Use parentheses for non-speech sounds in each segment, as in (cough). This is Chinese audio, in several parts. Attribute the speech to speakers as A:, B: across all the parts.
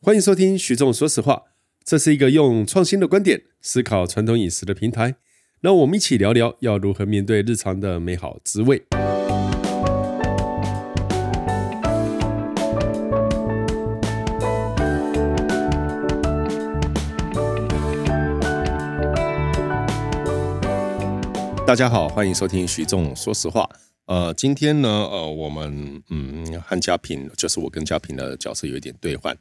A: 欢迎收听徐总说实话，这是一个用创新的观点思考传统饮食的平台。让我们一起聊聊要如何面对日常的美好滋味。大家好，欢迎收听徐总说实话。呃，今天呢，呃，我们嗯和嘉平，就是我跟嘉平的角色有一点兑换。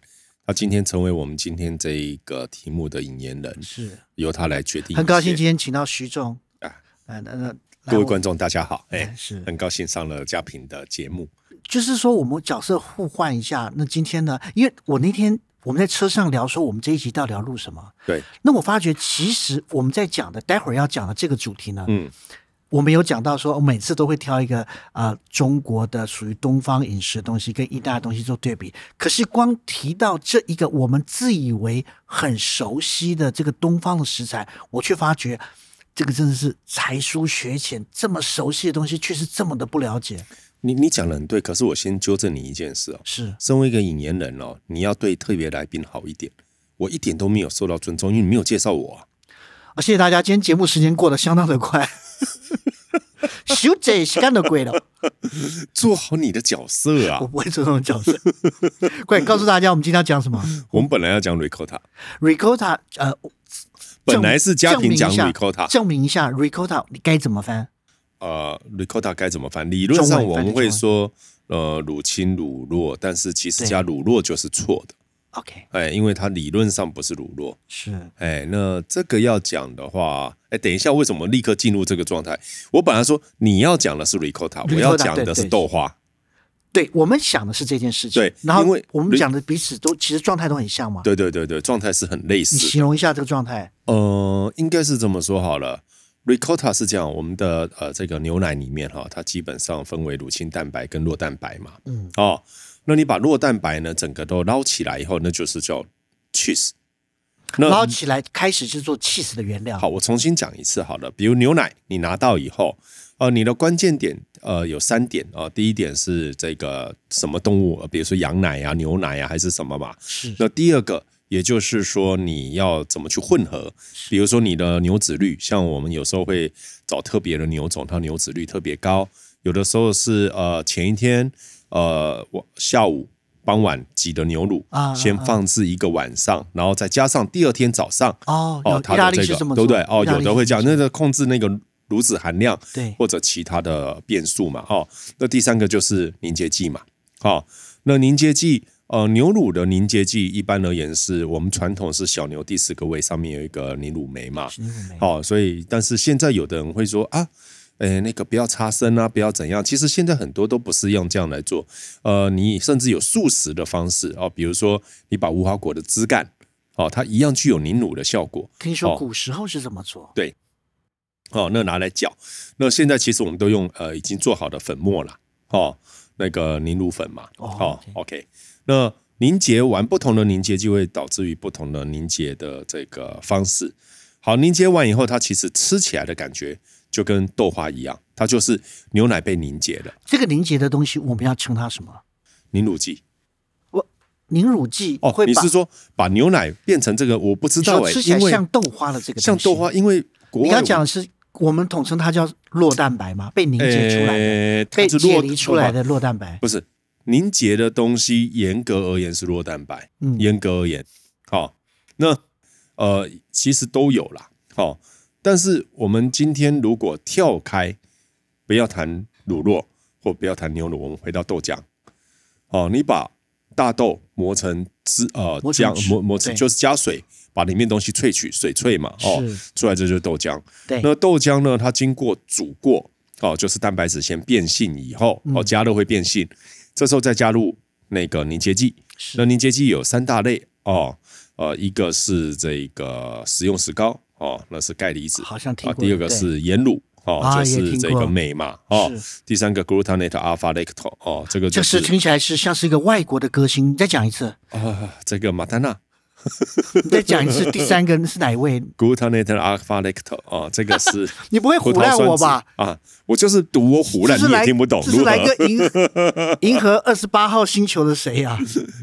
A: 他今天成为我们今天这一个题目的引言人，
B: 是
A: 由他来决定一切。
B: 很高兴今天请到徐总
A: 啊
B: 啊，呃那那
A: 各位观众大家好，哎、
B: 哎是
A: 很高兴上了嘉平的节目。
B: 就是说我们角色互换一下。那今天呢，因为我那天我们在车上聊说我们这一集到底要录什么，
A: 对，
B: 那我发觉其实我们在讲的待会儿要讲的这个主题呢，
A: 嗯，
B: 我们有讲到说我每次都会挑一个啊、呃中国的属于东方饮食的东西跟意大利的东西做对比，可是光提到这一个我们自以为很熟悉的这个东方的食材，我却发觉。这个真的是才疏学浅，这么熟悉的东西，却是这么的不了解。
A: 你你讲的很对，可是我先纠正你一件事哦，
B: 是，
A: 身为一个引言人哦，你要对特别来宾好一点。我一点都没有受到尊重，因为你没有介绍我啊、
B: 啊，谢谢大家，今天节目时间过得相当的快，
A: (laughs)
B: 小姐时间都过了，
A: 做好你的角色
B: 我
A: 啊。
B: 不会做这种角色。快点告诉大家，我们今天要讲什么
A: 我们本来要讲 ricotta，
B: ？ricotta，呃，
A: 本来是嘉平讲 ricotta，
B: 证明一下 ricotta 你该怎么翻？
A: 呃，ricotta 该怎么翻？理论上
B: 中文
A: 我
B: 翻译
A: 们
B: 中文
A: 会说，呃，乳清乳酪，但是其实
B: 对
A: 加乳酪就是错的，
B: OK，
A: 哎，因为它理论上不是乳酪，
B: 是
A: 哎，那这个要讲的话，哎，等一下，为什么立刻进入这个状态？我本来说你要讲的是 ricotta，
B: ricotta，
A: 我要讲的是
B: 对
A: 豆花，
B: 对我们想的是这件事情，
A: 对
B: 然后
A: 因为
B: 我们
A: ri-
B: 讲的彼此都其实状态都很像嘛。
A: 对对对对，状态是很类
B: 你
A: 似。
B: 形容一下这个状态，
A: 呃，应该是这么说好了。ricotta 是这样，我们的呃这个牛奶里面哈，它基本上分为乳清蛋白跟酪蛋白嘛。
B: 嗯，
A: 哦，那你把酪蛋白呢整个都捞起来以后，那就是叫 cheese。那
B: 捞起来开始是做 cheese 的原料。
A: 好，，我重新讲一次好了。比如牛奶，你拿到以后，呃，你的关键点呃有三点啊、呃。第一点是这个什么动物，呃比如说羊奶啊、牛奶啊，还是什么嘛。
B: 是
A: 那第二个，也就是说你要怎么去混合，比如说你的牛脂率，像我们有时候会找特别的牛种，它牛脂率特别高；有的时候是呃前一天呃我下午。傍晚挤的牛乳
B: 啊啊
A: 先
B: 啊
A: 放置一个晚上，然后再加上第二天早上，
B: 哦，有
A: 哦，
B: 意
A: 它
B: 大
A: 的
B: 利
A: 这
B: 是
A: 个
B: 这么
A: 对
B: 做，
A: 不对？哦，
B: 意大
A: 有
B: 利
A: 的
B: 是
A: 会
B: 这
A: 讲
B: 么
A: 那个控制那个乳脂含量，
B: 对
A: 或者其他的变数嘛。哦，那第三个就是凝结剂嘛。哦，那凝结剂，呃，牛乳的凝结剂一般而言是我们传统是小牛第四个胃上面有一个凝乳酶嘛
B: 做。是那个酶
A: 哦，所以但是现在有的人会说啊。诶，那个不要擦身啊，不要怎样。其实现在很多都不是用这样来做，呃，你甚至有素食的方式哦，比如说你把无花果的枝干，哦，它一样具有凝乳的效果。
B: 听
A: 哦
B: 说古时候是这么做，
A: 哦，那拿来搅。那现在其实我们都用呃已经做好的粉末啦，哦，那个凝乳粉嘛，哦
B: 哦
A: o k 那凝结完不同的凝结就会导致于不同的凝结的这个方式。好，凝结完以后，它其实吃起来的感觉就跟豆花一样，它就是牛奶被凝结了，
B: 这个凝结的东西，我们要称它什么？
A: 凝乳剂。
B: 凝乳剂
A: 哦
B: 会，
A: 你
B: 把
A: 是说把牛奶变成这个？我不知
B: 你
A: 道
B: 说
A: 哎、
B: 吃起
A: 因
B: 来
A: 为
B: 像豆花的这个
A: 像
B: 东西
A: 豆花，因为国
B: 你
A: 外
B: 刚讲的是我们统称它叫酪蛋白嘛，被凝结出来的，
A: 呃它
B: 被
A: 是
B: 解
A: 落哦
B: 离出来的酪蛋白。
A: 不是凝结的东西，严格而言是弱蛋白，
B: 嗯
A: 严格而言，好、那呃，其实都有啦，好、但是我们今天如果跳开，不要谈乳酪或不要谈牛乳，我们回到豆浆，哦，你把大豆磨成汁，呃，
B: 磨成
A: 浆
B: 汁
A: 磨磨成
B: 对
A: 就是加水，把里面东西萃取水萃嘛，哦
B: 是，
A: 出来这就是豆浆。
B: 对，
A: 那豆浆呢，它经过煮过，哦，就是蛋白质先变性以后，
B: 嗯
A: 哦，加热会变性，这时候再加入那个凝结剂。那
B: 是
A: 凝结剂有三大类哦，呃，一个是这个食用石膏哦，那是钙离子
B: 好像听
A: 啊，
B: 过。
A: 第二个
B: 对
A: 是盐卤哦，
B: 啊
A: 就
B: 也
A: 是
B: 听
A: 这个
B: 过
A: 镁嘛哦，
B: 是
A: 第三个 glutamate alpha lacto 哦，这个
B: 这
A: 就是 (laughs)
B: 是听起来是像是一个外国的歌星，你再讲一次。
A: 啊、这个马丹娜
B: 你再讲一次，第三个是哪一位？
A: glutamated alpha lacto 啊，这个
B: (laughs)
A: 是
B: 你不会
A: 葡
B: 唬
A: 萄
B: 烂
A: 酸
B: 我
A: 酯
B: 吧？
A: 啊，我就是读我胡
B: 这
A: 乱
B: 是
A: 你
B: 来
A: 也听不懂，啊
B: 这
A: 如
B: 是
A: 何
B: 来？个银银河二十八号星球的谁啊？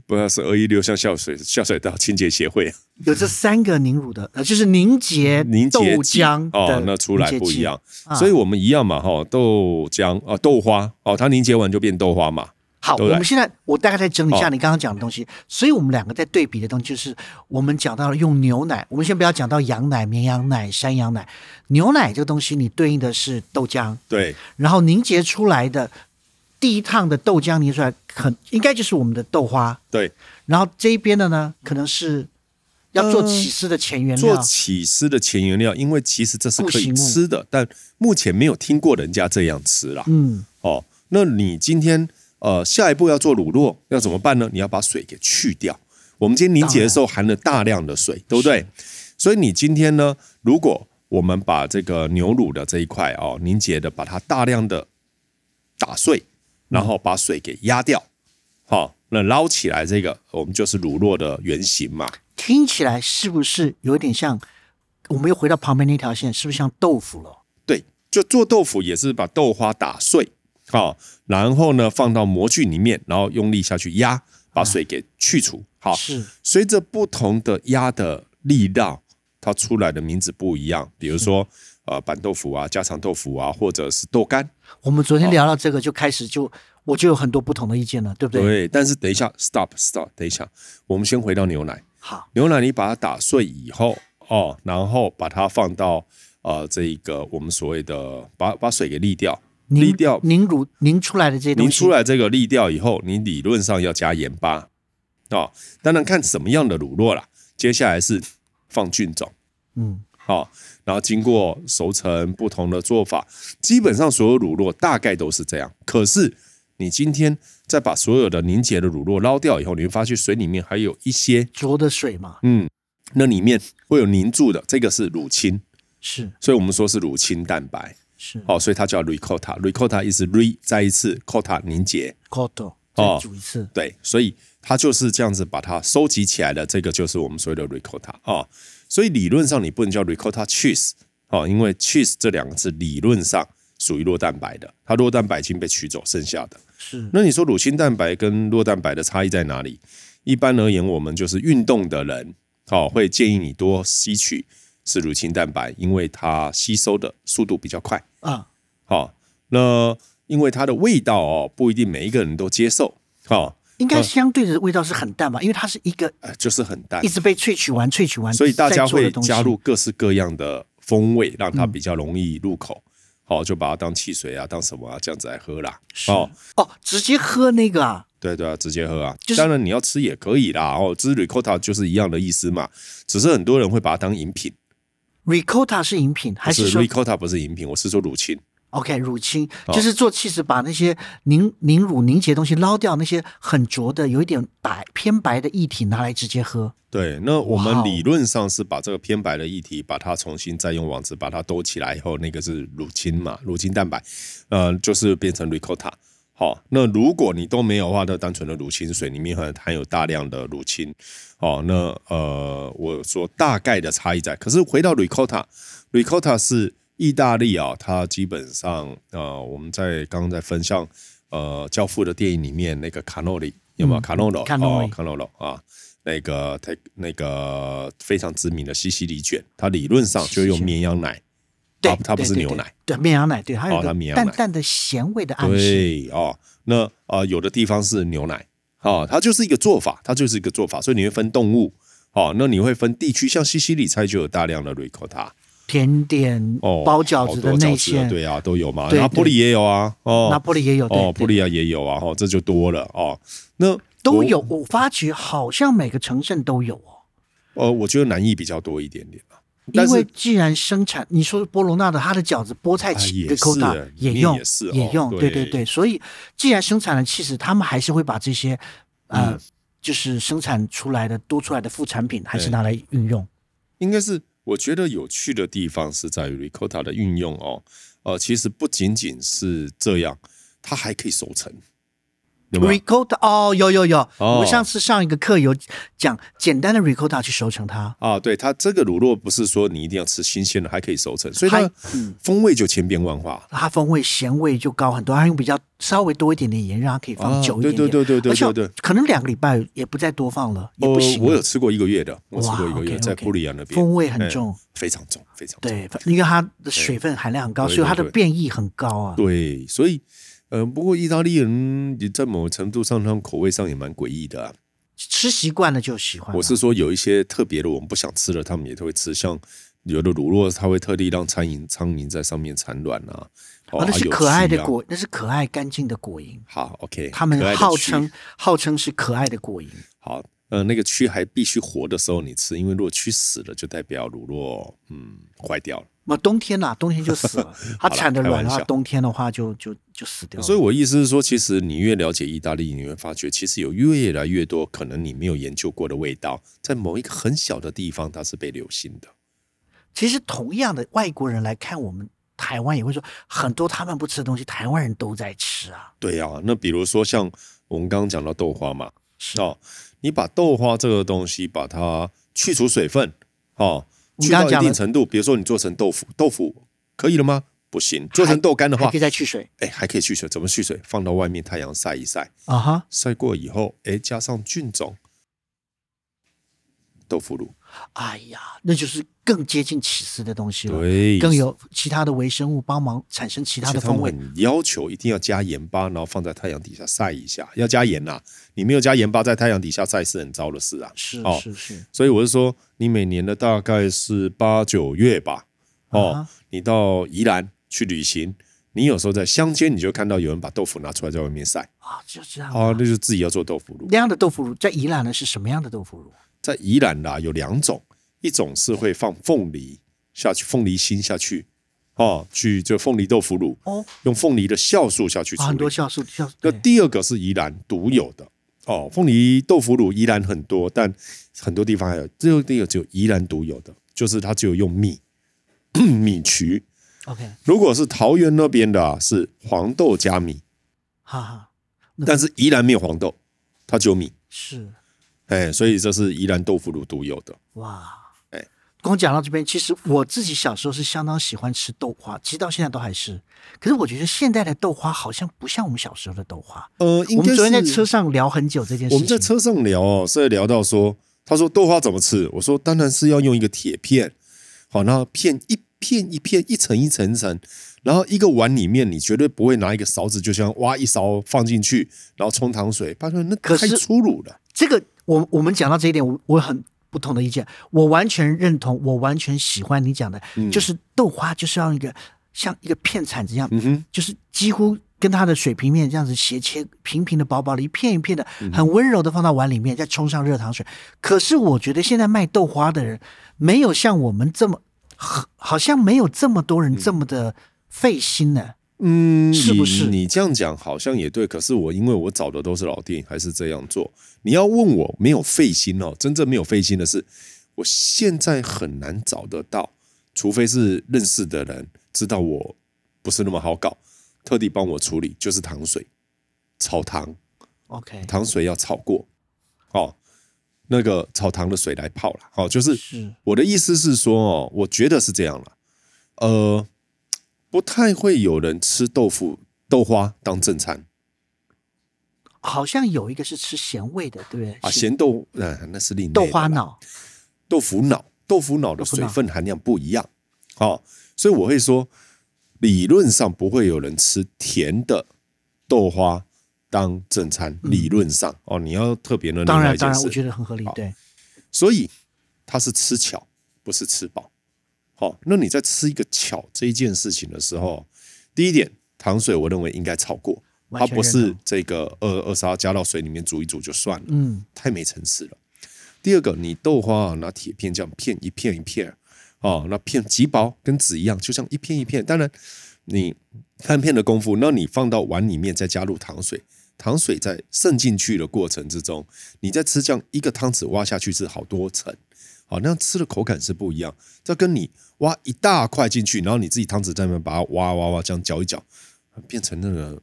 A: 不要是二一六像下水下水道清洁协
B: (laughs)
A: 会
B: 有这三个凝乳的，呃，就是凝结
A: 凝
B: 豆
A: 结剂
B: 浆的
A: 哦，那出来
B: 凝结
A: 不
B: 剂
A: 一样，
B: 啊
A: 所以我们一样嘛哈，豆浆啊豆花哦，它凝结完就变豆花嘛，
B: 好，
A: 对
B: 我
A: 不对
B: 们现在我大概再整理一下
A: 哦
B: 你刚刚讲的东西，所以我们两个在对比的东西就是，我们讲到了用牛奶，我们先不要讲到羊奶、绵羊奶、山羊奶，牛奶这个东西你对应的是豆浆，
A: 对，
B: 然后凝结出来的第一趟的豆浆凝出来，很应该就是我们的豆花，
A: 对，
B: 然后这一边的呢，可能是要做起司的前原料
A: 呃做，起司的前原料，因为其实这是可
B: 固
A: 以
B: 形物
A: 吃的，但目前没有听过人家这样吃啦。
B: 嗯，
A: 哦，那你今天呃下一步要做乳酪要怎么办呢？你要把水给去掉。我们今天凝结的时候含了大量的水，对不对？所以你今天呢，如果我们把这个牛乳的这一块哦凝结的，把它大量的打碎，然后把水给压掉，好、那捞起来这个我们就是乳酪的原型嘛。
B: 听起来是不是有点像？我们又回到旁边那条线，是不是像豆腐了？
A: 对，就做豆腐也是把豆花打碎，好、然后呢放到模具里面，然后用力下去压，把水给去除。好，
B: 啊是
A: 随着不同的压的力道，它出来的名字不一样。比如说，呃，板豆腐啊，家常豆腐啊，或者是豆干。
B: 我们昨天聊到这个，就开始就我就有很多不同的意见了，对不对？
A: 对，但是等一下，stop stop，等一下，我们先回到牛奶。
B: 好，
A: 牛奶你把它打碎以后，哦，然后把它放到呃这一个我们所谓的把把水给沥掉，沥
B: 凝
A: 掉
B: 凝乳凝出来的这些
A: 您
B: 东西，
A: 出来这个沥掉以后，你理论上要加盐巴啊、哦。当然看什么样的乳酪啦。接下来是放菌种
B: 嗯，
A: 啊、哦，然后经过熟成不同的做法，基本上所有乳酪大概都是这样。可是你今天再把所有的凝结的乳酪捞掉以后，你会发现水里面还有一些，
B: 浊的水嘛，
A: 嗯，那里面会有凝住的，这个是乳清，
B: 是
A: 所以我们说是乳清蛋白。
B: 是
A: 哦，所以它叫 ricotta。ricotta 意思 re 再一次 cotta 凝结，
B: c o t o
A: 哦
B: 再煮一次，
A: 对，所以它就是这样子把它收集起来的，这个就是我们所谓的 ricotta 啊、所以理论上你不能叫 ricotta cheese 哦，因为 cheese 这两个字理论上属于酪蛋白的，它酪蛋白已经被取走剩下的。
B: 是
A: 那你说乳清蛋白跟酪蛋白的差异在哪里？一般而言，我们就是运动的人，哦，会建议你多吸取是乳清蛋白，因为它吸收的速度比较快。
B: 啊，
A: 好、那因为它的味道哦，不一定每一个人都接受。哦好、
B: 应该相对的味道是很淡吧，因为它是一个
A: 呃，就是很淡
B: 一，直被萃取完、萃取完，
A: 所以大家
B: 再做
A: 会
B: 的东西嗯
A: 加入各式各样的风味，让它比较容易入口。好、就把它当汽水啊，当什么啊，这样子来喝啦。
B: 是
A: 哦，
B: 哦，直接喝那个啊，
A: 对对啊，直接喝啊。
B: 就是
A: 当然你要吃也可以啦。哦，吃 ricotta 就是一样的意思嘛，只是很多人会把它当饮品。
B: ricotta 是饮品还
A: 不
B: 是
A: 是
B: 说
A: ricotta 不是饮品，我是说乳清。
B: OK 乳清
A: 哦
B: 就是做气质，把那些凝凝乳凝结的东西捞掉，那些很浊的、有一点白偏白的液体拿来直接喝。
A: 对，那我
B: 哇
A: 们
B: 哦
A: 理论上是把这个偏白的液体，把它重新再用网子把它兜起来以后，那个是乳清嘛，乳清蛋白，呃，就是变成 ricotta。好，那如果你都没有的话，那单纯的乳清水里面含含有大量的乳清。哦，那呃，我说大概的差异在，可是回到 ricotta，ricotta 是意大利啊、它基本上呃，我们在刚刚在分享呃《教父》的电影里面那个卡诺里有没有
B: 嗯
A: 卡诺罗？
B: Cannoli
A: 哦，卡诺罗啊。那个它那个非常知名的西西里卷，它理论上就用绵羊奶，
B: 对
A: 啊，，它不
B: 对
A: 是
B: 对
A: 牛
B: 对
A: 奶，
B: 对绵羊奶，对，还有
A: 哦
B: 一
A: 它绵羊
B: 个淡
A: 奶
B: 淡的咸味的暗示。
A: 对哦，那啊、呃有的地方是牛奶哦，它就是一个做法，它就是一个做法，所以你会分动物哦，那你会分地区，像西西里菜就有大量的 ricotta
B: 甜点
A: 哦，
B: 包饺
A: 好
B: 子
A: 多
B: 的
A: 饺
B: 内
A: 子
B: 馅，
A: 对啊，都有嘛，
B: 对
A: 拿破里也有啊，哦，
B: 拿破里也有，对
A: 哦，
B: 对
A: 布利亚也有啊，哦，这就多了哦，那
B: 都
A: 我
B: 有。我发觉好像每个城镇都有哦，
A: 呃，我觉得南意比较多一点点啊，但
B: 因为
A: 是。
B: 既然生产，你说波罗那的它的饺子菠菜
A: 哎
B: 起
A: 也
B: 的
A: 是
B: quota
A: 里面
B: 用
A: 也是哦
B: 用，对
A: 对
B: 对对，所以既然生产了气死，他们还是会把这些呃
A: 嗯，
B: 就是生产出来的多出来的副产品，还是
A: 对
B: 拿来运用。
A: 应该是我觉得有趣的地方是在于 ricotta 的运用哦，呃，其实不仅仅是这样，它还可以熟成有没有？
B: ricotta 哦，有有有，
A: 哦
B: 我们上次上一个课有讲简单的 ricotta 去熟成它，
A: 啊，对，它这个乳酪不是说你一定要吃新鲜的，还可以熟成，所以它
B: 还嗯
A: 风味就千变万化。
B: 它风味咸味就高很多，它用比较稍微多一点点盐，让它可以放
A: 啊
B: 久一
A: 对
B: 点点，
A: 对对对对
B: 而
A: 对
B: 且
A: 对
B: 可能两个礼拜也不再多放了，也
A: 哦
B: 不行，
A: 我有吃过一个月的，我吃
B: 哇
A: 过一个月，
B: ，OK，OK
A: 在布里亚那边，
B: 风味很
A: 哎
B: 重，
A: 非常重，非常重。
B: 对，因为它的水分含量很高，
A: 对
B: 所以它的
A: 对对
B: 变异很高啊，
A: 对，所以呃，不过意大利人也在某程度上，他们口味上也蛮诡异的啊、
B: 吃习惯了就喜欢了。
A: 我是说，有一些特别的我们不想吃的，他们也都会吃，像有的乳酪，它会特地让苍蝇苍蝇在上面产卵啊，哦，
B: 哦，那
A: 还
B: 是
A: 有
B: 可爱
A: 蛆
B: 的
A: 啊。
B: 果，那是可爱干净的果蝇，
A: 好，OK，
B: 他
A: 可爱
B: 们
A: 的
B: 号
A: 蛆
B: 称号称是可爱的果蝇。
A: 好，呃，那个蛆还必须活的时候你吃，因为如果蛆死了，就代表乳酪嗯坏掉了。
B: 那冬天啦、冬天就死
A: (laughs)
B: 了。它产的卵
A: 开
B: 的
A: 玩
B: 话，
A: 笑
B: 冬天的话就就就死掉了。
A: 所以我意思是说，其实你越了解意大利，你会发觉其实有越来越多可能你没有研究过的味道，在某一个很小的地方它是被流行的。
B: 其实同样的，外国人来看我们台湾也会说，很多他们不吃的东西，台湾人都在吃啊。
A: 对呀、那比如说像我们刚刚讲到豆花嘛，
B: 是
A: 哦，你把豆花这个东西把它去除水分，哦，
B: 我们
A: 去
B: 刚
A: 到
B: 刚
A: 一
B: 讲
A: 定
B: 了
A: 程度，比如说你做成豆腐，豆腐可以了吗？不行，做成豆干的
B: 还
A: 话
B: 可以，再去水
A: 哎，还可以去水，怎么去水？放到外面太阳晒一晒，
B: 啊哈
A: 晒过以后，哎，加上菌种，豆腐乳，
B: 哎呀，那就是更接近起司的东西了，
A: 对，
B: 更有其他的微生物帮忙产生其
A: 而
B: 他
A: 且
B: 的
A: 他
B: 风
A: 们
B: 味。
A: 很要求一定要加盐巴，然后放在太阳底下晒一下，要加盐呐、你没有加盐巴在太阳底下晒是很糟的事啊。
B: 是
A: 哦
B: 是是，
A: 所以我是说，你每年的大概是八九月吧，哦，
B: 啊哈
A: 你到宜兰去旅行，你有时候在乡间你就看到有人把豆腐拿出来在外面晒，
B: 啊，就这样
A: 哦，
B: 啊。
A: 那就自己要做豆腐乳。
B: 那样的豆腐乳在宜兰呢是什么样的豆腐乳？
A: 在宜兰啦、有两种，一种是会放凤梨下去，凤梨心下去，哦，去就凤梨豆腐乳，
B: 哦，
A: 用凤梨的酵素下去
B: 啊
A: 处
B: 很
A: 理
B: 多。酵素酵素
A: 那
B: 对
A: 第二个是宜兰独有的哦，凤梨豆腐乳宜兰很多，但很多地方还有，只有这个只有宜兰独有的，就是它只有用米 (clears throat) 米曲。
B: ，OK，
A: 如果是桃园那边的、啊，是黄豆加米，
B: 哈哈，那
A: 但是宜兰没有黄豆，它只有米。
B: 是
A: 哎，所以这是宜兰豆腐乳独有的。
B: 哇，
A: 哎
B: 光讲到这边，其实我自己小时候是相当喜欢吃豆花，其实到现在都还是。可是我觉得现在的豆花好像不像我们小时候的豆花。
A: 呃，应
B: 我
A: 该
B: 们
A: 是
B: 昨天在车上聊很久这件事情，
A: 我们在车上聊哦，是聊到说，他说豆花怎么吃？我说当然是要用一个铁片，好，那片一片一片，一层一层一层，然后一个碗里面，你绝对不会拿一个勺子就像挖一勺放进去，然后冲糖水，拜托，那
B: 可
A: 太
B: 是
A: 粗鲁了。
B: 这个，我我们讲到这一点，我我很不同的意见，我完全认同，我完全喜欢你讲的，
A: 嗯
B: 就是豆花就是要一个像一个片铲子一样，
A: 嗯哼，
B: 就是几乎跟它的水平面这样子斜切平平的、薄薄的，一片一片的，
A: 嗯
B: 很温柔的放到碗里面，再冲上热糖水。可是我觉得现在卖豆花的人没有像我们这么，好好像没有这么多人这么的费心呢、
A: 嗯，
B: 是不是
A: 你？你这样讲好像也对，可是我因为我找的都是老电影，还是这样做。你要问我没有费心哦，真正没有费心的是，我现在很难找得到，除非是认识的人知道我不是那么好搞，特地帮我处理，就是糖水炒糖，
B: OK，
A: 糖水要炒过，哦，那个炒糖的水来泡了，哦，就是
B: 是
A: 我的意思是说，哦，我觉得是这样了，呃，不太会有人吃豆腐豆花当正餐
B: 好像有一个是吃咸味的，对不对？
A: 啊，
B: 是
A: 咸豆，呃，那是另类的
B: 豆
A: 啦
B: 花、脑
A: 豆腐脑、豆腐脑的
B: 豆腐
A: 水
B: 脑
A: 分含量不一样，哦，所以我会说，理论上不会有人吃甜的豆花当正餐，理论上哦，你要特别的
B: 嗯当
A: 另外
B: 然
A: 一
B: 当
A: 件
B: 然，我
A: 事，
B: 觉得很合理。对，
A: 所以它是吃巧，不是吃饱。好、那你在吃一个巧这一件事情的时候，第一点，糖水我认为应该炒过，
B: 完
A: 它
B: 全
A: 不
B: 认
A: 是
B: 同
A: 这个二二砂加到水里面煮一煮就算了，
B: 嗯，
A: 太没层次了。第二个，你豆花啊，拿铁片这样片一片一片，哦，那片极薄，跟纸一样，就像一片一片。当然，你看片的功夫，那你放到碗里面，再加入糖水，糖水在渗进去的过程之中，你在吃这样一个汤匙挖下去是好多层，好，那样吃的口感是不一样。这跟你挖一大块进去，然后你自己汤匙在那边把它挖挖挖，这样搅一搅，变成那个，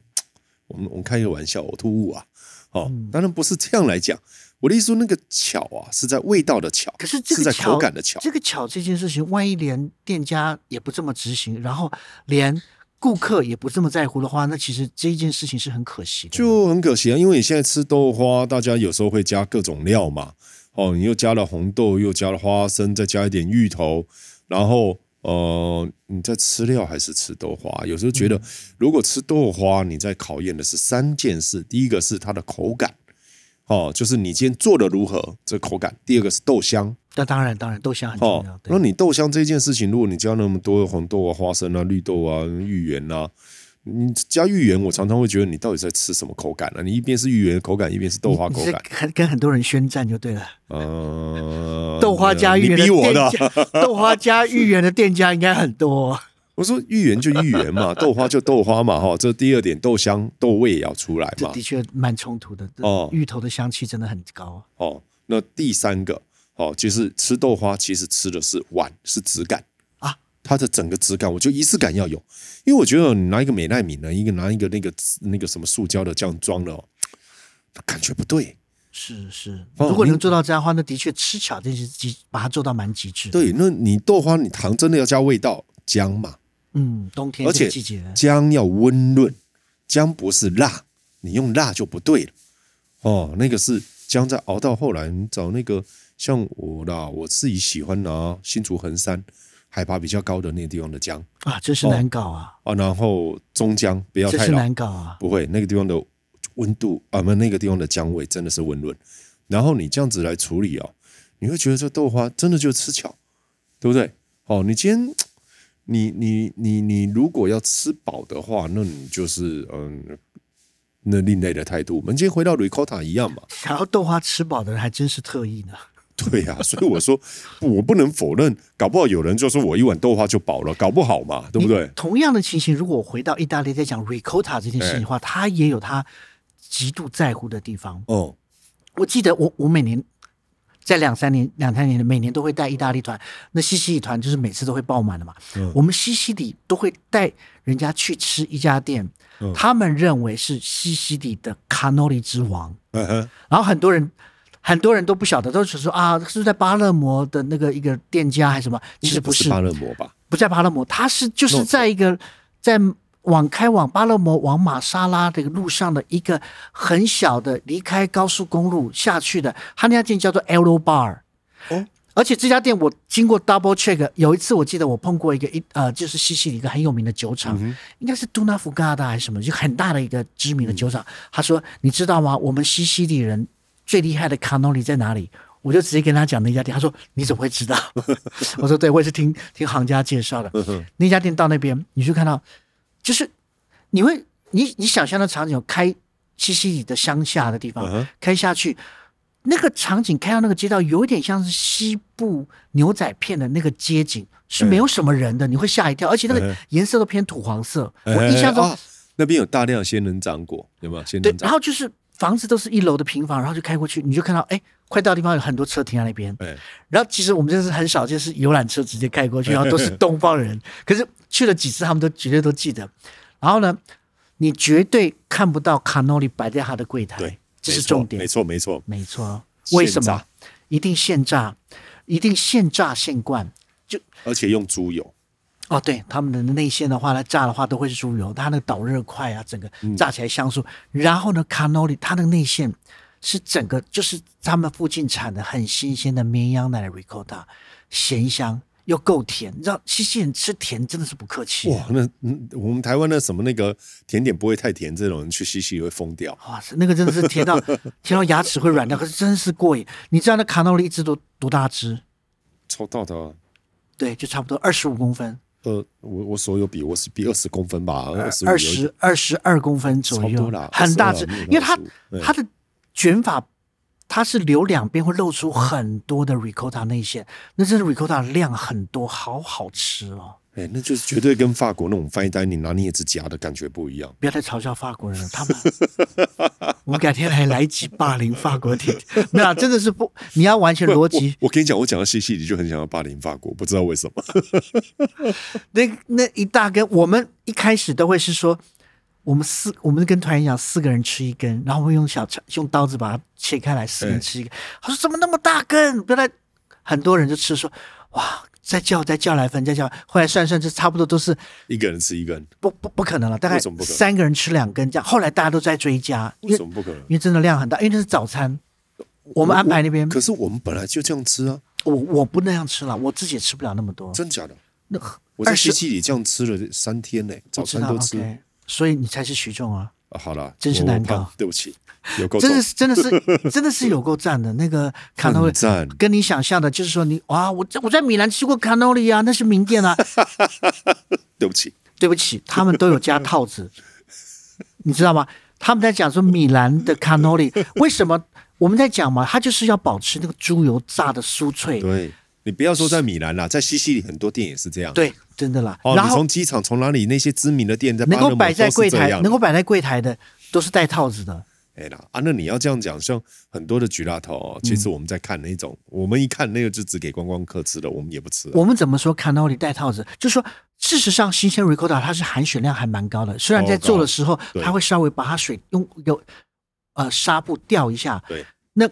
A: 我们我们开一个玩笑，呕吐物啊，哦，
B: 嗯
A: 当然不是这样来讲。我的意思说，那个巧啊，是在味道的巧，
B: 可是这
A: 是
B: 个
A: 在
B: 巧，
A: 口感的巧。
B: 这个巧这件事情，万一连店家也不这么执行，然后连顾客也不这么在乎的话，那其实这件事情是很可惜的。
A: 就很可惜啊，因为你现在吃豆花，大家有时候会加各种料嘛，哦，你又加了红豆，又加了花生，再加一点芋头，然后呃，你在吃料还是吃豆花？啊有时候觉
B: 嗯
A: 得，如果吃豆花，你在考验的是三件事：第一个是它的口感，哦，就是你今天做的如何，这口感；第二个是豆香，
B: 那当然，当然，豆香很重要。
A: 哦，
B: 对
A: 那你豆香这件事情，如果你加那么多红豆啊、花生啊、绿豆啊、芋圆啊，你加芋圆，我常常会觉得你到底在吃什么口感啊？你一边是芋圆的口感，一边是豆花
B: 你
A: 口
B: 是
A: 感。
B: 很跟很多人宣战就对了。
A: (laughs) 呃，
B: 豆花加芋圆
A: 你逼我的
B: 店。家， (laughs) 豆花加芋圆的店家应该很多哦、
A: (laughs) 我说芋圆就芋圆嘛， (laughs) 豆花就豆花嘛，哈，这第二点，豆香豆味也要出来
B: 这
A: 嘛
B: 的。确蛮冲突的。
A: 哦
B: 芋头的香气真的很高。
A: 哦，那第三个，哦，就是吃豆花，其实吃的是碗，是质感
B: 啊，
A: 它的整个质感，我觉得仪式感要有，因为我觉得你拿一个美奈敏呢，一个拿一个那个那个什么塑胶的这样装的、哦，感觉不对。
B: 是是，
A: 哦
B: 如果
A: 你
B: 能做到这样的话，那的确吃巧这些极把它做到蛮极致。，
A: 对，那你豆花你糖真的要加味道，姜嘛，
B: 嗯，冬天
A: 而
B: 这
A: 且
B: 个季节，
A: 姜要温润，姜不是辣，你用辣就不对了。哦，那个是姜在熬到后来，你找那个像我啦，我自己喜欢拿新竹横山海拔比较高的那个地方的姜。
B: 啊，真是
A: 哦
B: 难搞啊，
A: 啊，然后中姜不要
B: 真
A: 太
B: 是
A: 老
B: 难，搞啊。
A: 不会那个地方的温度啊，不那个地方的姜味真的是温润。然后你这样子来处理哦，你会觉得这豆花真的就吃巧，对不对？哦，你今天你你你你如果要吃饱的话，那你就是嗯，那另类的态度。我们今天回到 ricotta 一样嘛， (laughs)
B: 想要豆花吃饱的人还真是特意呢。
A: 对呀、所以我说我不能否认，搞不好有人就说我一碗豆花就饱了，搞不好嘛，对不对
B: 你？同样的情形，如果我回到意大利在讲 ricotta 这件事情的话，它也有它极度在乎的地方。
A: 哦，
B: 我记得我我每年在两三年两三年的每年都会带意大利团，那西西里团就是每次都会爆满的嘛。
A: 嗯
B: 我们西西里都会带人家去吃一家店，
A: 嗯
B: 他们认为是西西里的卡诺里之王，
A: 嗯哼，
B: 然后很多人。很多人都不晓得，都是说啊，是不是在巴勒摩的那个一个店家还是什么？其实
A: 不
B: 不是，
A: 巴勒摩吧？
B: 不在巴勒摩，它是就
A: No
B: 是在一个在往开往巴勒摩往马沙拉这个路上的一个很小的离开高速公路下去的，它那家店叫做 Elo Bar。
A: 哦，
B: 而且这家店我经过 double check，有一次我记得我碰过一个一呃，就是西西里一个很有名的酒厂，应该是杜纳福嘎达还是什么，就很大的一个知名的酒厂。他说：“你知道吗？我们西西里人最厉害的卡诺里在哪里？”我就直接跟他讲那家店，他说：“你怎么会知道？” (laughs) 我说：“对，我也是听听行家介绍的。
A: 嗯
B: 那家店到那边，你就看到，就是你会你你想象的场景，有开西西里的乡下的地方，
A: 嗯哼
B: 开下去，那个场景开到那个街道，有一点像是西部牛仔片的那个街景，是没有什么人的，你会吓一跳，而且那
A: 嗯
B: 个
A: 哼
B: 颜色都偏土黄色。
A: 哎
B: 我印象中，
A: 啊那边有大量的仙人掌果，有没有仙
B: 对啊
A: 人，
B: 然
A: 掌？
B: 后就是房子都是一楼的平房，然后就开过去，你就看到，哎，快到的地方有很多车停在那边。
A: 哎，
B: 然后其实我们这是很少，就是游览车直接开过
A: (laughs)
B: 去，然后都是东方人。可是去了几次，他们都绝对都记得。然后呢，你绝对看不到卡诺里摆在他的柜台，
A: 对，
B: 这是
A: 没错
B: 重点
A: 没。错没错。
B: 没错，
A: 现
B: 为什么
A: 榨？
B: 一定现榨，一定现榨现灌。就
A: 而且用猪油，
B: 哦，对，他们的内馅的话，来炸的话都会是猪油，它那个导热快啊，整个炸起来香酥。然后呢，卡诺里它的内馅是整个就是他们附近产的很新鲜的绵羊奶的 ricotta，咸香又够甜。你知道西西人吃甜真的是不客气的。
A: 哇，那嗯我们台湾的什么那个甜点不会太甜，这种人去西西里会疯掉。
B: 哇塞，那个真的是甜到甜到牙齿会软掉，可是真是过瘾。你知道那卡诺里一只多多大只？
A: 抽到的，
B: 对，就差不多二十五公分。
A: 呃，我我手有比我是比二十公分吧，二十
B: 呃二十二十二公分左
A: 差不
B: 右
A: 多啦，
B: 很大只
A: 22没有，
B: 因为它
A: 25嗯
B: 它的卷法，它是留两边会露出很多的 ricotta 内馅，那真是 ricotta 量很多，好好吃哦！
A: 哎，那就是绝对跟法国那种 fine dining 拿镊子夹的感觉不一样。
B: 不要再嘲笑法国人了，
A: (laughs)
B: 他们，我们改天来来一集霸凌法国体，没有啊，真的 (laughs) 是不，你要完全逻辑，
A: 我跟你讲，我讲到西西里就很想要霸凌法国，不知道为什么。 (laughs)
B: 那那一大根，我们一开始都会是说，我们四，我们跟团员讲，四个人吃一根，然后我们用小叉用刀子把它切开来，四个人吃一根。他说怎么那么大根？不要来，很多人就吃说，哇，再叫再叫来份，再叫。后来算一算，就差不多都是
A: 一个人吃一根，
B: 不不不可能了，大概
A: 为什么不可能
B: 三个人吃两根这样。后来大家都在追加，因
A: 为
B: 为
A: 什么不可能
B: 因？为真的量很大，因为那是早餐。我们安排那边，
A: 可是我们本来就这样吃啊，
B: 我我不那样吃了，我自己也吃不了那么多。
A: 真假的？
B: 那
A: 我在
B: 二
A: 西
B: 十
A: 西里这样吃了三天呢、早餐都吃。
B: ，OK, 所以你才是徐仲啊。
A: 啊好了，
B: 真是
A: 我
B: 难
A: 我怕
B: 搞
A: 对不起，有够
B: 真
A: 重
B: 的是真
A: (laughs)
B: 的是真的是有够赞的。那个卡诺
A: 很
B: 里
A: 赞
B: 跟你想象的，就是说你哇，我在我在米兰吃过卡诺里啊，那是名
A: (laughs)
B: 店啊。
A: 对不起，
B: 对不起，他们都有加套子，你知道吗？他们在讲说米兰的卡诺里
A: (laughs)
B: 为什么？我们在讲嘛，它就是要保持那个猪油炸的酥脆。
A: 对你不要说在米兰啦，在西西里很多店也是这样。，
B: 对，真的啦。
A: 哦，
B: 然
A: 你
B: 后
A: 从机场从哪里那些知名的店在巴
B: 能
A: 勒
B: 够
A: 摩
B: 摆在
A: 都是
B: 柜
A: 这
B: 台，
A: 样
B: 能够摆在柜台的都是带套子的。
A: 哎啦啊，那你要这样讲，像很多的焗辣头、
B: 嗯
A: 哦，其实我们在看那种，我们一看那个就只给观光客吃的，我们也不吃啊、
B: 我们怎么说 cannoli 带套子？就说事实上，新鲜 ricotta 它是含水量还蛮高的，虽然在
A: 哦高
B: 做的时候，
A: 对
B: 它会稍微把它水用有呃纱布吊一下。
A: 对，
B: 那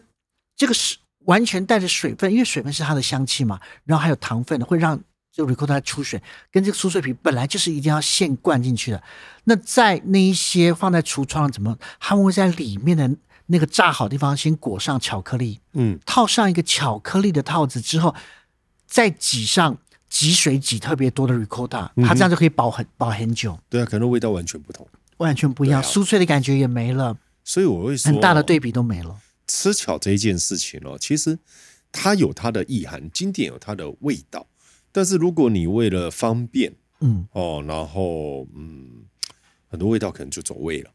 B: 这个是完全带着水分，因为水分是它的香气嘛，然后还有糖分的，会让这个 ricotta 出水，跟这个酥脆皮本来就是一定要现灌进去的。那在那一些放在橱窗怎么，他们会在里面的那个炸好地方先裹上巧克力，
A: 嗯，
B: 套上一个巧克力的套子之后，再挤上挤水挤特别多的 ricotta，、它
A: 嗯
B: 这样就可以保很保很久，
A: 对啊，可能味道完全不同，
B: 完全不一样，
A: 对啊
B: 酥脆的感觉也没了，
A: 所以我会说
B: 很大的对比都没了。
A: 吃巧这一件事情哦，其实它有它的意涵，经典有它的味道，但是如果你为了方便
B: 嗯，
A: 哦，然后嗯，很多味道可能就走味了。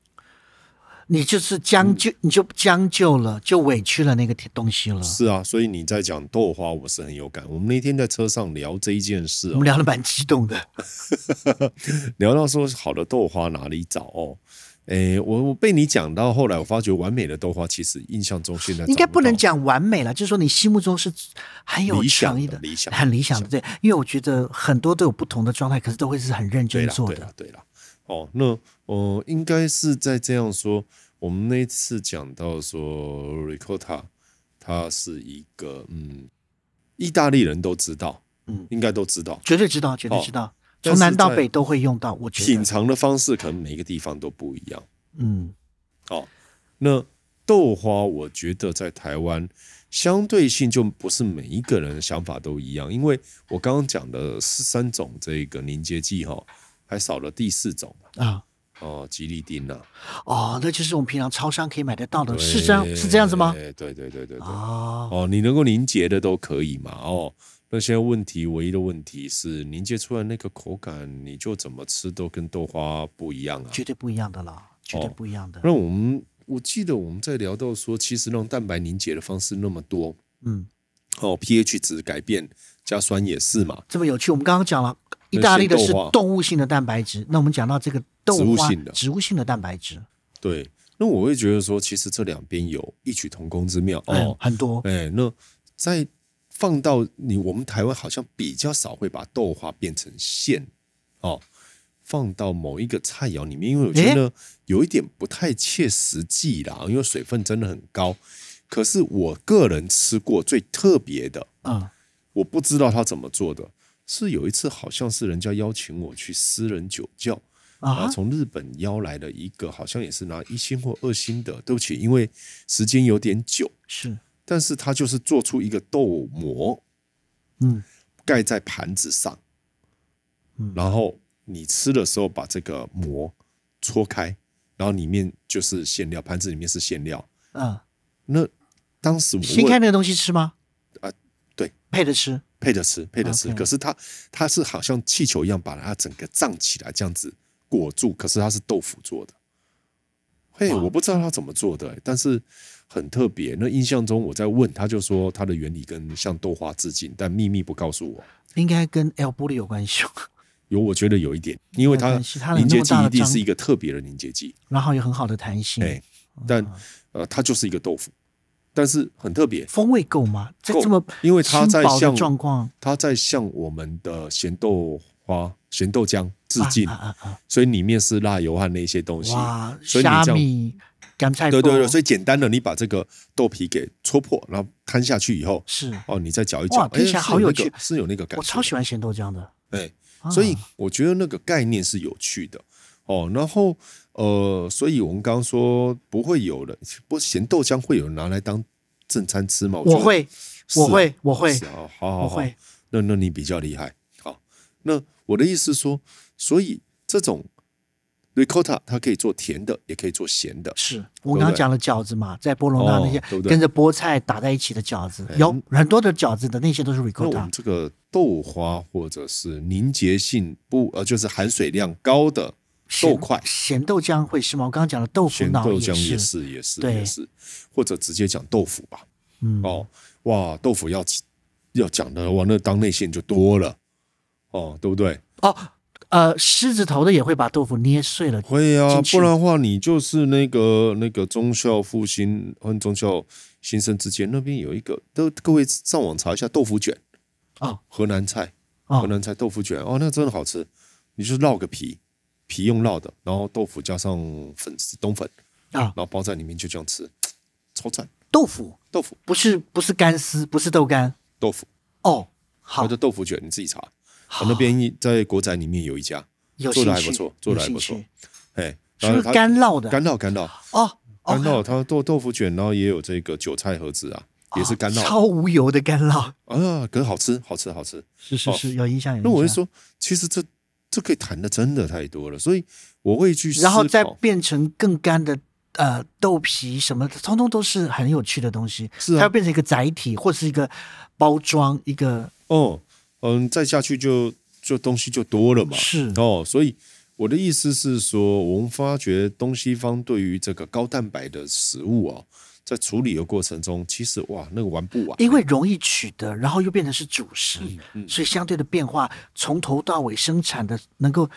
B: 你就是将
A: 嗯
B: 就，你就将就了，就委屈了那个东西了。
A: 是啊，所以你在讲豆花，我是很有感。我们那天在车上聊这一件事
B: 我
A: 哦
B: 们，聊得蛮激
A: (laughs)
B: 动的，
A: 聊到说好的豆花哪里找哦。诶，我我被你讲到后来，我发觉完美的豆花其实印象中现在
B: 应该
A: 找
B: 不
A: 到
B: 能讲完美了，就是说你心目中是很有
A: 理想
B: 诚意
A: 的理想的
B: 很理想的，对，因为我觉得很多都有不同的状态，可是都会是很认
A: 对
B: 真
A: 啦，
B: 做
A: 对啊
B: 的
A: 啦，。对啦。哦，那呃，应该是在这样说。我们那次讲到说，ricotta，它是一个嗯，意大利人都知道，
B: 嗯
A: 应该都知道。
B: 绝对知道，绝对知道，
A: 哦但
B: 从
A: 是
B: 南到
A: 在
B: 北都会用到。我觉
A: 品
B: 得，
A: 尝的方式可能每个地方都不一样。
B: 嗯，
A: 哦，那豆花，我觉得在台湾相对性就不是每一个人的想法都一样，因为我刚刚讲的是三种这个凝结剂哈、还少了第四种
B: 啊，
A: 哦，吉利丁呐、
B: 哦，那就是我们平常超商可以买得到的，
A: 对
B: 是这样是这样子吗？
A: 对对对对对。
B: 哦，
A: 哦，你能够凝结的都可以嘛？哦，那现在问题唯一的问题是凝结出来那个口感，你就怎么吃都跟豆花不一样啊。
B: 绝对不一样的啦，绝对不一样的。
A: 那我们我记得我们在聊到说，其实让蛋白凝结的方式那么多，
B: 嗯，
A: 哦，pH 值改变，加酸也是嘛，
B: 这么有趣，我们刚刚讲了，意大利的
A: 那
B: 是
A: 些豆花
B: 动物性的蛋白质，那我们讲到这个豆
A: 植物
B: 花
A: 性的
B: 植物性的蛋白质，
A: 对。那我会觉得说，其实这两边有异曲同工之妙
B: 嗯
A: 哦，。
B: 很多，
A: 哎，那再放到你我们台湾好像比较少会把豆花变成馅哦，放到某一个菜肴里面，因为我觉得有一点不太切实际啦，因为水分真的很高。可是我个人吃过最特别的，
B: 嗯，
A: 我不知道他怎么做的，是有一次好像是人家邀请我去私人酒窖。
B: 啊
A: (laughs) 啊，
B: 哈，
A: 从日本邀来了一个，好像也是拿一星或二星的。对不起，因为时间有点久，
B: 是，
A: 但是它就是做出一个豆膜
B: 嗯，
A: 盖在盘子上，
B: 嗯
A: 然后你吃的时候把这个膜搓开，然后里面就是馅料，盘子里面是馅料。
B: 嗯，
A: 那当时我
B: 新
A: 问
B: 开那个东西吃吗？
A: 啊对，
B: 配着吃，
A: 配着吃，配着吃。
B: OK
A: 可是它它是好像气球一样把它整个胀起来，这样子裹住。可是它是豆腐做的，嘿，
B: 哇
A: 我不知道它怎么做的、但是很特别。那印象中我在问，他就说它的原理跟向豆花致敬，但秘密不告诉我。
B: 应该跟 El b u l 有关系， (laughs)
A: 有，我觉得有一点，因为
B: 有
A: 它
B: 关系它有
A: 凝结
B: 那么
A: 剂
B: 嗯大的
A: 一定
B: 张
A: 是一个特别的凝结剂，
B: 然后有很好的弹性，
A: 哎，
B: 啊
A: 但呃，它就是一个豆腐，但是很特别。
B: 风味够吗？在
A: 够
B: 这么
A: 因为它在
B: 轻薄的
A: 像
B: 状况，
A: 它在像我们的咸豆花、咸豆浆致敬，
B: 啊啊啊啊！
A: 所以里面是辣油和那些东西。
B: 哇，
A: 所以你
B: 虾
A: 这样
B: 米、干菜
A: 对对对，所
B: 以
A: 以简单的，你把这个豆皮给戳破，然后摊下去以后，
B: 是
A: 哦，你再搅一搅，
B: 哇听起来
A: 哎
B: 好有
A: 是那
B: 趣
A: 个是有那个感觉。
B: 我超喜欢咸豆浆的。
A: 哎，
B: 啊
A: 所以我觉得那个概念是有趣的哦。然后呃，所以我们刚刚说不会有人，不过咸豆浆会有人拿来当正餐吃吗？
B: 我
A: 觉得
B: 会，
A: 是啊，
B: 我会，我会
A: 是，啊哦，好好好，
B: 我会，
A: 那那你比较厉害。好，那我的意思是说，所以这种 ricotta 它可以做甜的，也可以做咸的。
B: 是我刚刚讲的饺子嘛，在波隆那那些
A: 哦对不对
B: 跟着菠菜打在一起的饺子
A: 哎，
B: 有很多的饺子的那些都是
A: 那我们
B: ricotta，
A: 这个豆花或者是凝结性不呃，就是含水量高的豆
B: 咸
A: 块，
B: 咸豆浆会是吗？我刚刚讲的豆腐
A: 咸
B: 脑
A: 豆
B: 也
A: 浆
B: 是，
A: 也是也是
B: 对
A: 也是，或者直接讲豆腐吧。
B: 嗯，
A: 哦，哇，豆腐要要讲的哇，那当内馅就多了哦，对不对？
B: 哦，呃，狮子头的也会把豆腐捏碎了，
A: 会啊
B: 进，去
A: 不然的话你就是那个那个忠孝复兴和忠孝新生之间那边有一个，都各位上网查一下豆腐卷
B: 哦，
A: 河南菜，
B: 哦
A: 河南菜豆腐卷哦，那真的好吃。你就烙个皮，皮用烙的，然后豆腐加上粉冬粉，
B: 啊
A: 然，后包在里面就这样吃，超赞。
B: 豆腐
A: 豆腐
B: 不是不是干丝，不是豆干
A: 豆腐，
B: 哦，
A: 它
B: 好
A: 叫，豆腐卷，你自己查。
B: 好
A: 那边一在国宅里面有一家，
B: 有
A: 做得
B: 兴
A: 还
B: 趣，
A: 不错做得
B: 有
A: 还不
B: 兴
A: 错
B: 趣
A: 哎，
B: 是
A: 然后
B: 不是
A: 它
B: 干烙的？
A: 干酪干酪
B: 哦，
A: 干
B: 哦
A: 酪，它做豆腐卷，然后也有这个韭菜盒子啊，也是干酪
B: 哦超无油的干烙，
A: 啊，可是好吃，好吃，好吃。
B: 是是
A: 哦
B: 嗯是，啊有印象有印象。
A: 那我就说，其实这这可以谈的真的太多了，所以我会去思
B: 然后再
A: 考
B: 变成更干的呃豆皮什么的，通通都是很有趣的东西。
A: 是啊
B: 它要变成一个载体或是一个包装，一个
A: 哦，嗯，再下去就就东西就多了嘛，
B: 是
A: 哦，所以我的意思是说，我们发觉东西方对于这个高蛋白的食物哦，在处理的过程中，其实哇，那个玩不完，
B: 因为容易取得，然后又变成是主食，
A: 嗯
B: 所以相对的变化从头到尾生产的能够。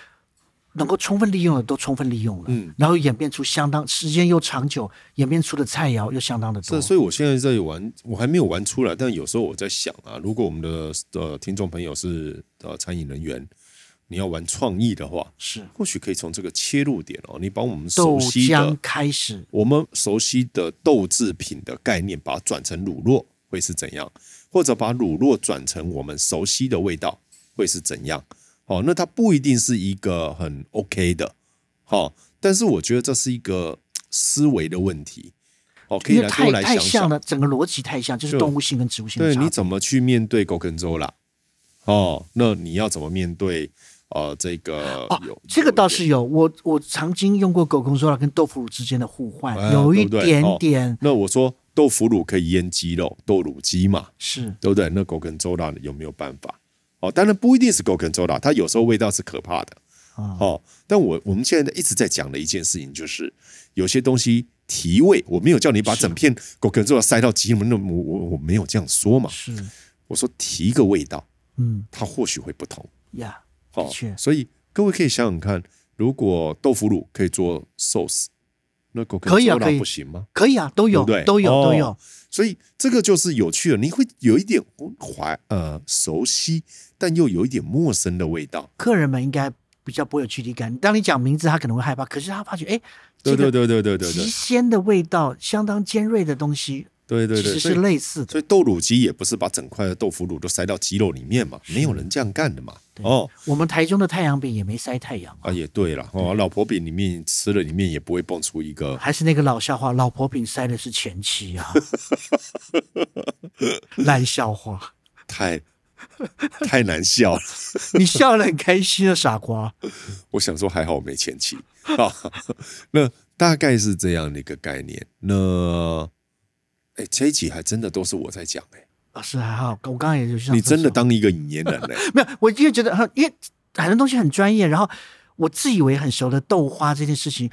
B: 能够充分利用的都充分利用了，
A: 嗯
B: 然后演变出相当时间又长久，演变出的菜肴又相当的多
A: 是，。所以我现在在玩，我还没有玩出来，但有时候我在想啊，如果我们的呃听众朋友是呃餐饮人员，你要玩创意的话，
B: 是
A: 或许可以从这个切入点哦，你把我们熟
B: 豆
A: 悉
B: 浆
A: 的、
B: 开始
A: 我们熟悉的豆制品的概念，把它转成乳酪会是怎样，或者把乳酪转成我们熟悉的味道会是怎样？哦，那它不一定是一个很 OK 的，好、哦，但是我觉得这是一个思维的问题。哦，可以
B: 因为
A: 来多
B: 太
A: 来
B: 太
A: 想想
B: 像。了，整个逻辑太像，就是
A: 就
B: 动物性跟植物性的
A: 对，
B: 差
A: 你
B: 别。
A: 怎么去面对狗啃粥啦？哦，那你要怎么面对？呃，这个
B: 哦
A: 有
B: 这个倒
A: 有
B: 是有，我我曾经用过狗公说了跟豆腐乳之间的互换，
A: 哎
B: 有
A: 对
B: 一
A: 不对
B: 点
A: 哦
B: 点、
A: 那我说豆腐乳可以腌鸡肉，豆乳鸡嘛，
B: 是
A: 对不对？那狗啃粥啦有没有办法？哦，当然不一定是狗啃粥啦，它有时候味道是可怕的。
B: 啊、
A: 哦，但我我们现在一直在讲的一件事情就是，有些东西提味，我没有叫你把
B: 是
A: 整片狗啃粥塞到鸡里面，那我我我没有这样说嘛，
B: 是，
A: 我说提一个味道，
B: 嗯
A: 它或许会不同。
B: 呀
A: 好、
B: 的确
A: 哦所以各位可以想想看，如果豆腐乳可以做 sauce，那狗啃
B: 可以啊
A: 粥
B: 可以
A: 不行吗？
B: 可以啊，都有
A: 对不对
B: 都有、
A: 哦
B: 都有，
A: 所以这个就是有趣了，你会有一点怀呃熟悉，但又有一点陌生的味道。
B: 客人们应该比较不会有距离感。当你讲名字，他可能会害怕，可是他发觉哎，
A: 对对
B: 这个
A: 对对对对
B: 极
A: 对
B: 鲜的味道，相当尖锐的东西，
A: 对对
B: 其
A: 对，
B: 实
A: 所以
B: 是类似的。
A: 所以豆乳鸡也不是把整块的豆腐乳都塞到鸡肉里面嘛，没有人这样干的嘛。哦
B: 我们台中的太阳饼也没塞太阳嘛
A: 啊，也对了哦，老婆饼里面吃了里面也不会蹦出一个
B: 还是那个老笑话，老婆饼塞的是前妻啊， (laughs) 烂笑话，
A: 太 (laughs) 太难笑了。
B: 你笑得很开心啊，傻瓜。
A: 我想说还好我没前 (laughs) 妻啊。那大概是这样的一个概念。那哎，这一集还真的都是我在讲哎、
B: 老师还好，我刚刚也就去上
A: 你真的
B: 厕所
A: 当一个引言人哎嘞、
B: (laughs) 没有？我因为觉得，呃因为很多东西很专业，然后我自以为很熟的豆花这件事情，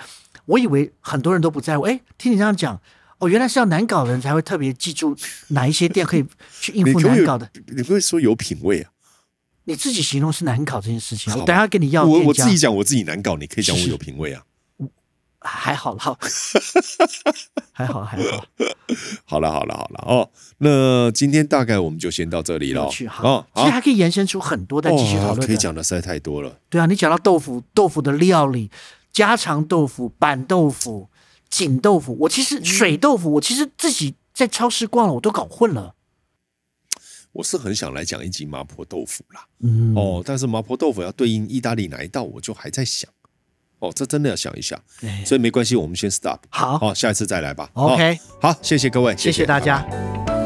B: 我以为很多人都不在乎。哎，听你这样讲，哦，原来是要难搞的人才会特别记住哪一些店可以去应
A: 你
B: 付
A: 可不可
B: 难
A: 以
B: 搞的。
A: 你可不可以说有品味啊？
B: 你自己形容是难搞这件事情，
A: 好
B: 我等一下跟你要
A: 我
B: 店
A: 我
B: 家
A: 自己讲我自己难搞，你可以讲我
B: 是是
A: 有品味啊。 (laughs)
B: 还好啦，还好还好，
A: 好了好了好了哦，那今天大概我们就先到这里了
B: 有趣哈。
A: 哦，
B: 其实还可以延伸出很多再继续讨
A: 哦，
B: 论
A: 可以
B: 的。
A: 讲的实在太多了。
B: 对啊，你讲到豆腐，豆腐的料理，家常豆腐、板豆腐、锦豆腐，我其实水豆腐，我其实自己在超市逛了，我都搞混了。
A: 我是很想来讲一集麻婆豆腐啦，
B: 嗯，
A: 哦，但是麻婆豆腐要对应意大利哪一道，我就还在想。哦，这真的要想一下，
B: 哎
A: 所以没关系，我们先 stop。
B: 好
A: 好，下一次再来吧。
B: ，OK，
A: 好，好，谢谢各位，
B: 谢谢
A: 拜
B: 大
A: 拜
B: 家。